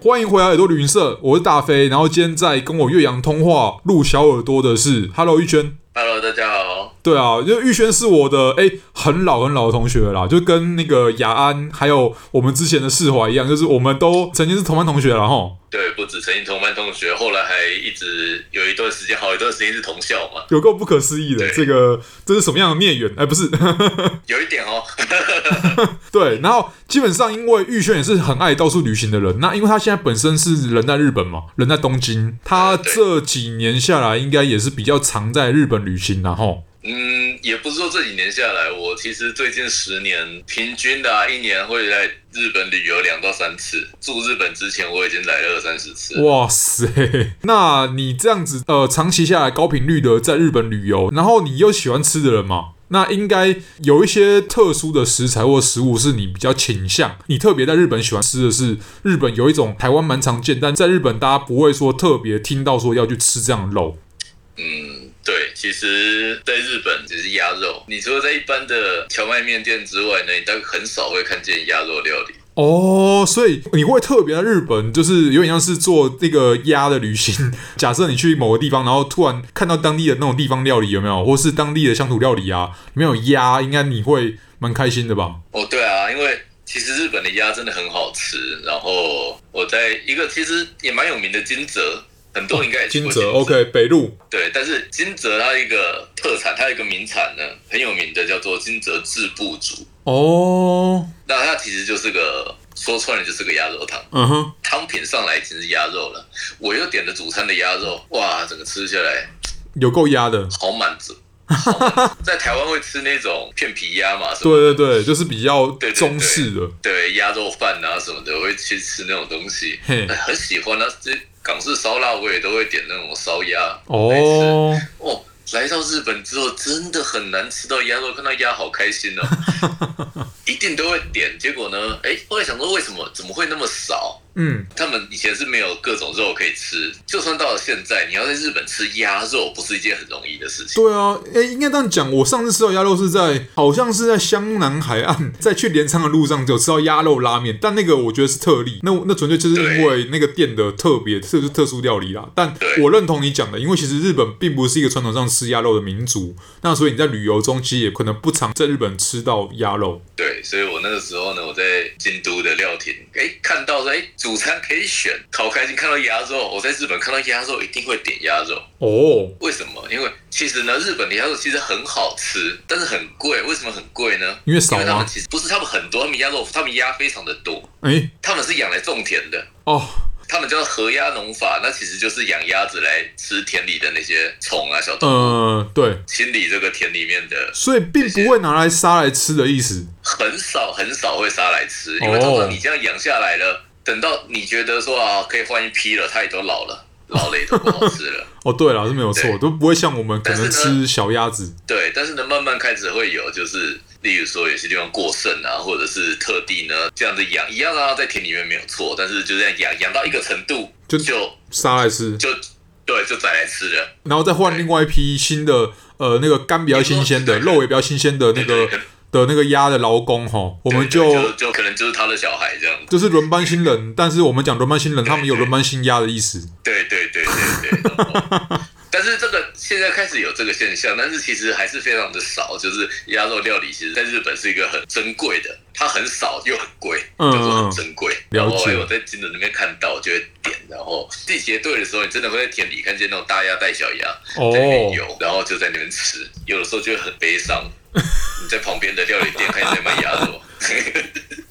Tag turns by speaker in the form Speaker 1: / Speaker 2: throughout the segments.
Speaker 1: 欢迎回来耳朵旅行社，我是大飞。然后今天在跟我岳阳通话录小耳朵的是 Hello 玉轩。
Speaker 2: Hello，大家好。
Speaker 1: 对啊，就玉轩是我的哎、很老很老的同学了啦，就跟那个雅安还有我们之前的释怀一样，就是我们都曾经是同班同学了哈。
Speaker 2: 对，不止曾经同班同学，后来还一直有一段时间，好一段时间是同校嘛，
Speaker 1: 有够不可思议的，
Speaker 2: 对
Speaker 1: 这个这是什么样的孽缘？哎、不是，
Speaker 2: 有一点哦。
Speaker 1: 对。然后基本上，因为玉轩也是很爱到处旅行的人，那因为他现在本身是人在日本嘛，人在东京，他
Speaker 2: 对
Speaker 1: 这几年下来应该也是比较常在日本旅行啦，然后
Speaker 2: 嗯，也不是说这几年下来，我其实最近十年平均的、啊、一年会来日本旅游两到三次。住日本之前，我已经来了二三十次。
Speaker 1: 哇塞， 那你这样子呃，长期下来高频率的在日本旅游，然后你又喜欢吃的人嘛，那应该有一些特殊的食材或食物是你比较倾向，你特别在日本喜欢吃的是日本有一种台湾蛮常见，但在日本大家不会说特别听到说要去吃这样的肉。
Speaker 2: 嗯，对，其实在日本只是鸭肉，你除了在一般的荞麦面店之外呢，你大概很少会看见鸭肉料理。
Speaker 1: 哦，所以你会特别在日本，就是有点像是做那个鸭的旅行。 假设你去某个地方，然后突然看到当地的那种地方料理，有没有，或是当地的乡土料理啊，里面有鸭，应该你会蛮开心的吧？
Speaker 2: 哦，对啊，因为其实日本的鸭真的很好吃。然后我在一个其实也蛮有名的金泽，很多人应该也去
Speaker 1: 哦金
Speaker 2: 过
Speaker 1: 泽，OK，北路
Speaker 2: 对，但是金泽它有一个特产，它有一个名产呢，很有名的叫做金泽治部煮。
Speaker 1: 哦，
Speaker 2: 那它其实就是个说穿了就是个鸭肉汤，
Speaker 1: 嗯哼，
Speaker 2: 汤品上来已经是鸭肉了，我又点了主餐的鸭肉，哇，整个吃下来
Speaker 1: 有够鸭的，
Speaker 2: 好满足。好满 足在台湾会吃那种片皮鸭嘛，什么
Speaker 1: 对对对，就是比较
Speaker 2: 对对
Speaker 1: 中式的，
Speaker 2: 对鸭肉饭啊什么的，我会去吃那种东西，
Speaker 1: 嘿
Speaker 2: 哎很喜欢啊。这港式烧腊我也都会点那种烧鸭。
Speaker 1: 哦，
Speaker 2: 哦，来到日本之后真的很难吃到鸭肉，看到鸭好开心哦，一定都会点。结果呢，哎，后来想说为什么怎么会那么少？
Speaker 1: 嗯，
Speaker 2: 他们以前是没有各种肉可以吃，就算到了现在，你要在日本吃鸭肉不是一件很容易的事情。
Speaker 1: 对啊，诶，应该这样讲，我上次吃到鸭肉是在好像是在湘南海岸， 在去镰仓的路上只有吃到鸭肉拉面，但那个我觉得是特例，那那纯粹就是因为那个店的特别，这就是特殊料理啦。但
Speaker 2: 对
Speaker 1: 我认同你讲的，因为其实日本并不是一个传统上吃鸭肉的民族，那所以你在旅游中其实也可能不常在日本吃到鸭肉。
Speaker 2: 对，所以我那个时候呢，我在京都的料亭，哎，看到说，哎，主餐可以选，好开心！看到鸭肉，我在日本看到鸭肉一定会点鸭肉，
Speaker 1: 哦，
Speaker 2: 为什么？因为其实呢，日本的鸭肉其实很好吃，但是很贵。为什么很贵呢？
Speaker 1: 因为少
Speaker 2: 因为他
Speaker 1: 吗
Speaker 2: 们？其实不是他们很多，他们鸭肉，他们鸭非常的多，
Speaker 1: 诶，
Speaker 2: 他们是养来种田的。
Speaker 1: 哦，
Speaker 2: 他们叫河鸭农法，那其实就是养鸭子来吃田里的那些虫啊、小动物，
Speaker 1: 呃，对，
Speaker 2: 清理这个田里面的
Speaker 1: 所以并不会拿来杀来吃的意思。
Speaker 2: 很少很少会杀来吃，因
Speaker 1: 哦
Speaker 2: 为通常你这样养下来了，等到你觉得说啊可以换一批了，它也都老了，老了也都不好吃了。
Speaker 1: 哦，对了，是没有错，
Speaker 2: 对
Speaker 1: 都不会像我们可能
Speaker 2: 但是呢
Speaker 1: 吃小鸭子。
Speaker 2: 对，但是呢，慢慢开始会有，就是例如说有些地方过剩啊，或者是特地呢这样子养一样啊，在田里面没有错，但是就这样养养到一个程度，
Speaker 1: 就
Speaker 2: 就
Speaker 1: 杀来吃，
Speaker 2: 就对，就宰来吃了。
Speaker 1: 然后再换另外一批新的，呃，那个肝比较新鲜的，
Speaker 2: 对对
Speaker 1: 肉也比较新鲜的那
Speaker 2: 对
Speaker 1: 个
Speaker 2: 对
Speaker 1: 的那个鸭的劳工哈，我
Speaker 2: 我
Speaker 1: 们
Speaker 2: 就
Speaker 1: 就
Speaker 2: 就可能就是他的小孩这样子。
Speaker 1: 就是轮班新人，但是我们讲轮班新人，他们有
Speaker 2: 对
Speaker 1: 轮班新鸭的意思。
Speaker 2: 对对对对对。然后但是这个现在开始有这个现象，但是其实还是非常的少。就是鸭肉料理，其实在日本是一个很珍贵的，它很少又很贵，
Speaker 1: 嗯
Speaker 2: 叫做很珍贵。
Speaker 1: 嗯
Speaker 2: 然
Speaker 1: 了
Speaker 2: 后
Speaker 1: 解
Speaker 2: 哎我在金门那边看到，我就会点。然后季节对的时候，你真的会在田里看见那种大鸭带小鸭
Speaker 1: 哦
Speaker 2: 在那边游，然后就在那边吃。有的时候就会很悲伤。 你在旁边的料理店看见在卖鸭肉，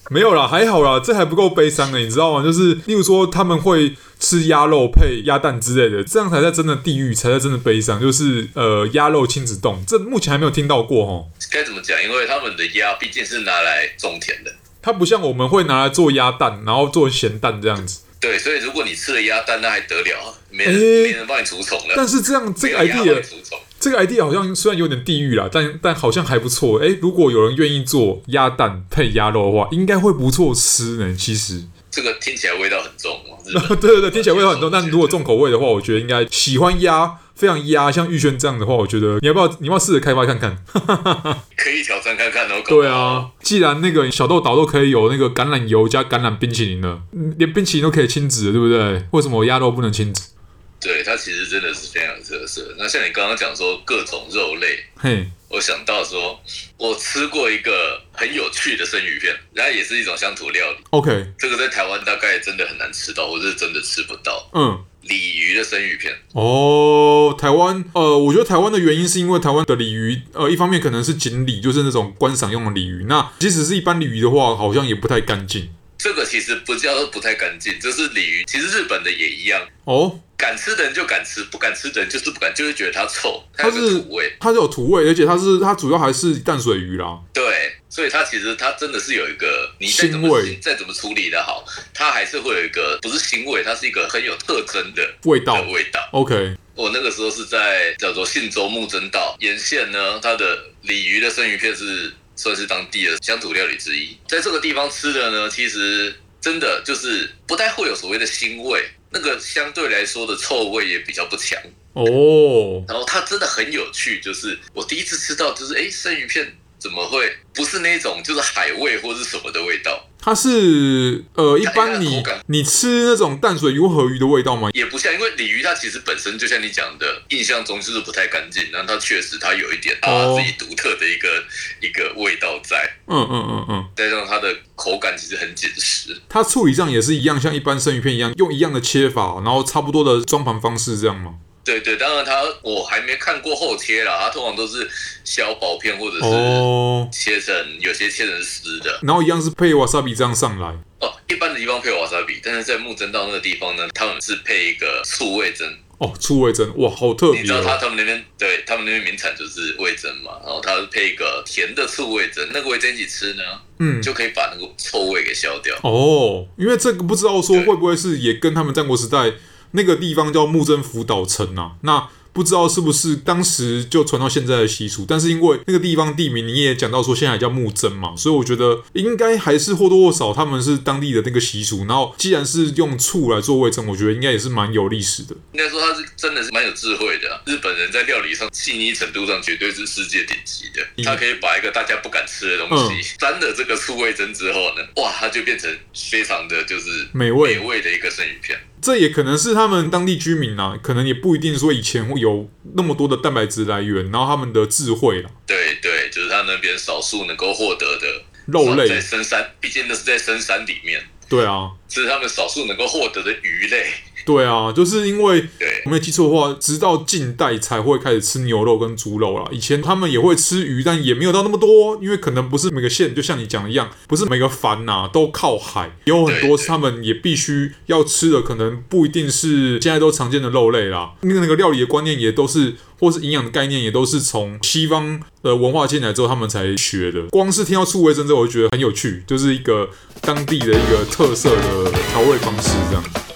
Speaker 1: 没有啦，还好啦，这还不够悲伤的，你知道吗？就是例如说他们会吃鸭肉配鸭蛋之类的，这样才在真的地狱，才在真的悲伤。就是呃，鸭肉亲子冻，这目前还没有听到过哦。
Speaker 2: 该怎么讲？因为他们的鸭毕竟是拿来种田的，
Speaker 1: 它不像我们会拿来做鸭蛋，然后做咸蛋这样子。
Speaker 2: 对，所以如果你吃了鸭蛋，那还得了？没人、
Speaker 1: 诶
Speaker 2: 没人帮你除虫了，
Speaker 1: 但是这样这
Speaker 2: 没
Speaker 1: 个
Speaker 2: 有鸭帮你
Speaker 1: idea
Speaker 2: 除虫。
Speaker 1: 这个 idea 好像虽然有点地狱啦，但但好像还不错。诶，如果有人愿意做鸭蛋配鸭肉的话，应该会不错吃呢。其实，
Speaker 2: 这个听起来味道很重哦，日
Speaker 1: 对
Speaker 2: 本
Speaker 1: 对对，听起来味道很重，
Speaker 2: 我觉得
Speaker 1: 但如果重口味的话，我觉得应该喜欢鸭非常压，像玉轩这样的话，我觉得你要不要你要不要试着开发看看？
Speaker 2: 可以挑战看看哦。搞不好
Speaker 1: 对啊，，既然那个小豆岛都可以有那个橄榄油加橄榄冰淇淋了，嗯连冰淇淋都可以亲子了，对不对？为什么鸭肉不能亲子？
Speaker 2: 对它其实真的是非常有特色。那像你刚刚讲说各种肉类，
Speaker 1: 嘿，
Speaker 2: 我想到说我吃过一个很有趣的生鱼片，然后也是一种乡土料理，
Speaker 1: OK，
Speaker 2: 这个在台湾大概真的很难吃到，我是真的吃不到
Speaker 1: 嗯，
Speaker 2: 鲤鱼的生鱼片。
Speaker 1: 哦，台湾，呃，我觉得台湾的原因是因为台湾的鲤鱼，呃，一方面可能是锦鲤，就是那种观赏用的鲤鱼，那即使是一般鲤鱼的话，好像也不太干净。
Speaker 2: 这个其实不叫不太干净，这是鲤鱼，其实日本的也一样。
Speaker 1: 哦，
Speaker 2: 敢吃的人就敢吃，不敢吃的人就是不敢，就会觉得它臭，它
Speaker 1: 它
Speaker 2: 有个
Speaker 1: 是
Speaker 2: 土味。
Speaker 1: 它是有土味，而且它是它主要还是淡水鱼啦。
Speaker 2: 对，所以它其实它真的是有一个，你再怎么
Speaker 1: 腥味
Speaker 2: 再怎么处理的好，它还是会有一个不是腥味，它是一个很有特征的
Speaker 1: 味道
Speaker 2: 的味道。
Speaker 1: OK，
Speaker 2: 我那个时候是在叫做信州木真道沿线呢，它的鲤鱼的生鱼片是算是当地的乡土料理之一。在这个地方吃的呢，其实真的就是不太会有所谓的腥味，那个相对来说的臭味也比较不强。
Speaker 1: 哦，
Speaker 2: 然后它真的很有趣，就是我第一次吃到，就是诶，生鱼片怎么会不是那种就是海味或是什么的味道，
Speaker 1: 它是呃，一般
Speaker 2: 它有
Speaker 1: 你
Speaker 2: 口感
Speaker 1: 你吃那种淡水鱼或河鱼的味道吗？
Speaker 2: 也不像，因为鲤鱼它其实本身就像你讲的，印象中就是不太干净，然后它确实它有一点它
Speaker 1: 哦
Speaker 2: 自己独特的一个一个味道在，
Speaker 1: 嗯嗯嗯嗯，
Speaker 2: 再加上它的口感其实很紧实，
Speaker 1: 它处理上也是一样，像一般生鱼片一样，用一样的切法，然后差不多的装盘方式这样吗？
Speaker 2: 对对，当然它我还没看过后切啦，它通常都是削薄片或者是
Speaker 1: 哦，
Speaker 2: 切成有些切成丝的，
Speaker 1: 然后一样是配 wasabi 这样上来。
Speaker 2: 哦，一般的地方配瓦萨比，但是在木真道那个地方呢，他们是配一个醋味噌。
Speaker 1: 哦，醋味噌，哇，好特
Speaker 2: 你
Speaker 1: 别
Speaker 2: 知道他
Speaker 1: 哦！
Speaker 2: 他们那边对他们那边名产就是味噌嘛，然后他配一个甜的醋味噌，那个味噌一起吃呢，
Speaker 1: 嗯，
Speaker 2: 就可以把那个臭味给消掉。
Speaker 1: 哦，因为这个不知道说
Speaker 2: 对
Speaker 1: 会不会是也跟他们战国时代那个地方叫木真福岛城啊，那不知道是不是当时就传到现在的习俗，但是因为那个地方地名你也讲到说现在还叫木真嘛，所以我觉得应该还是或多或少他们是当地的那个习俗，然后既然是用醋来做味噌，我觉得应该也是蛮有历史的。
Speaker 2: 应该说他是真的是蛮有智慧的啊、日本人在料理上细腻程度上绝对是世界顶级的。
Speaker 1: 嗯
Speaker 2: 他可以把一个大家不敢吃的东西沾了这个醋味噌之后呢，哇，它就变成非常的就是
Speaker 1: 美味
Speaker 2: 美味的一个生鱼片。
Speaker 1: 这也可能是他们当地居民啊，可能也不一定说以前会有那么多的蛋白质来源，然后他们的智慧啊啦，
Speaker 2: 对对，就是他那边少数能够获得的
Speaker 1: 肉类
Speaker 2: 在深山，毕竟那是在深山里面，
Speaker 1: 对啊，
Speaker 2: 这是他们少数能够获得的鱼类。
Speaker 1: 对啊，就是因为
Speaker 2: 对
Speaker 1: 我没有记错的话，直到近代才会开始吃牛肉跟猪肉啦。以前他们也会吃鱼，但也没有到那么多，因为可能不是每个县，就像你讲的一样，不是每个藩呐、都靠海，有很
Speaker 2: 对
Speaker 1: 多
Speaker 2: 对
Speaker 1: 他们也必须要吃的，可能不一定是现在都常见的肉类啦。那个那个料理的观念也都是，或是营养的概念也都是从西方的文化进来之后他们才学的。光是听到醋味噌之后，我就觉得很有趣，就是一个当地的一个特色的调味方式这样。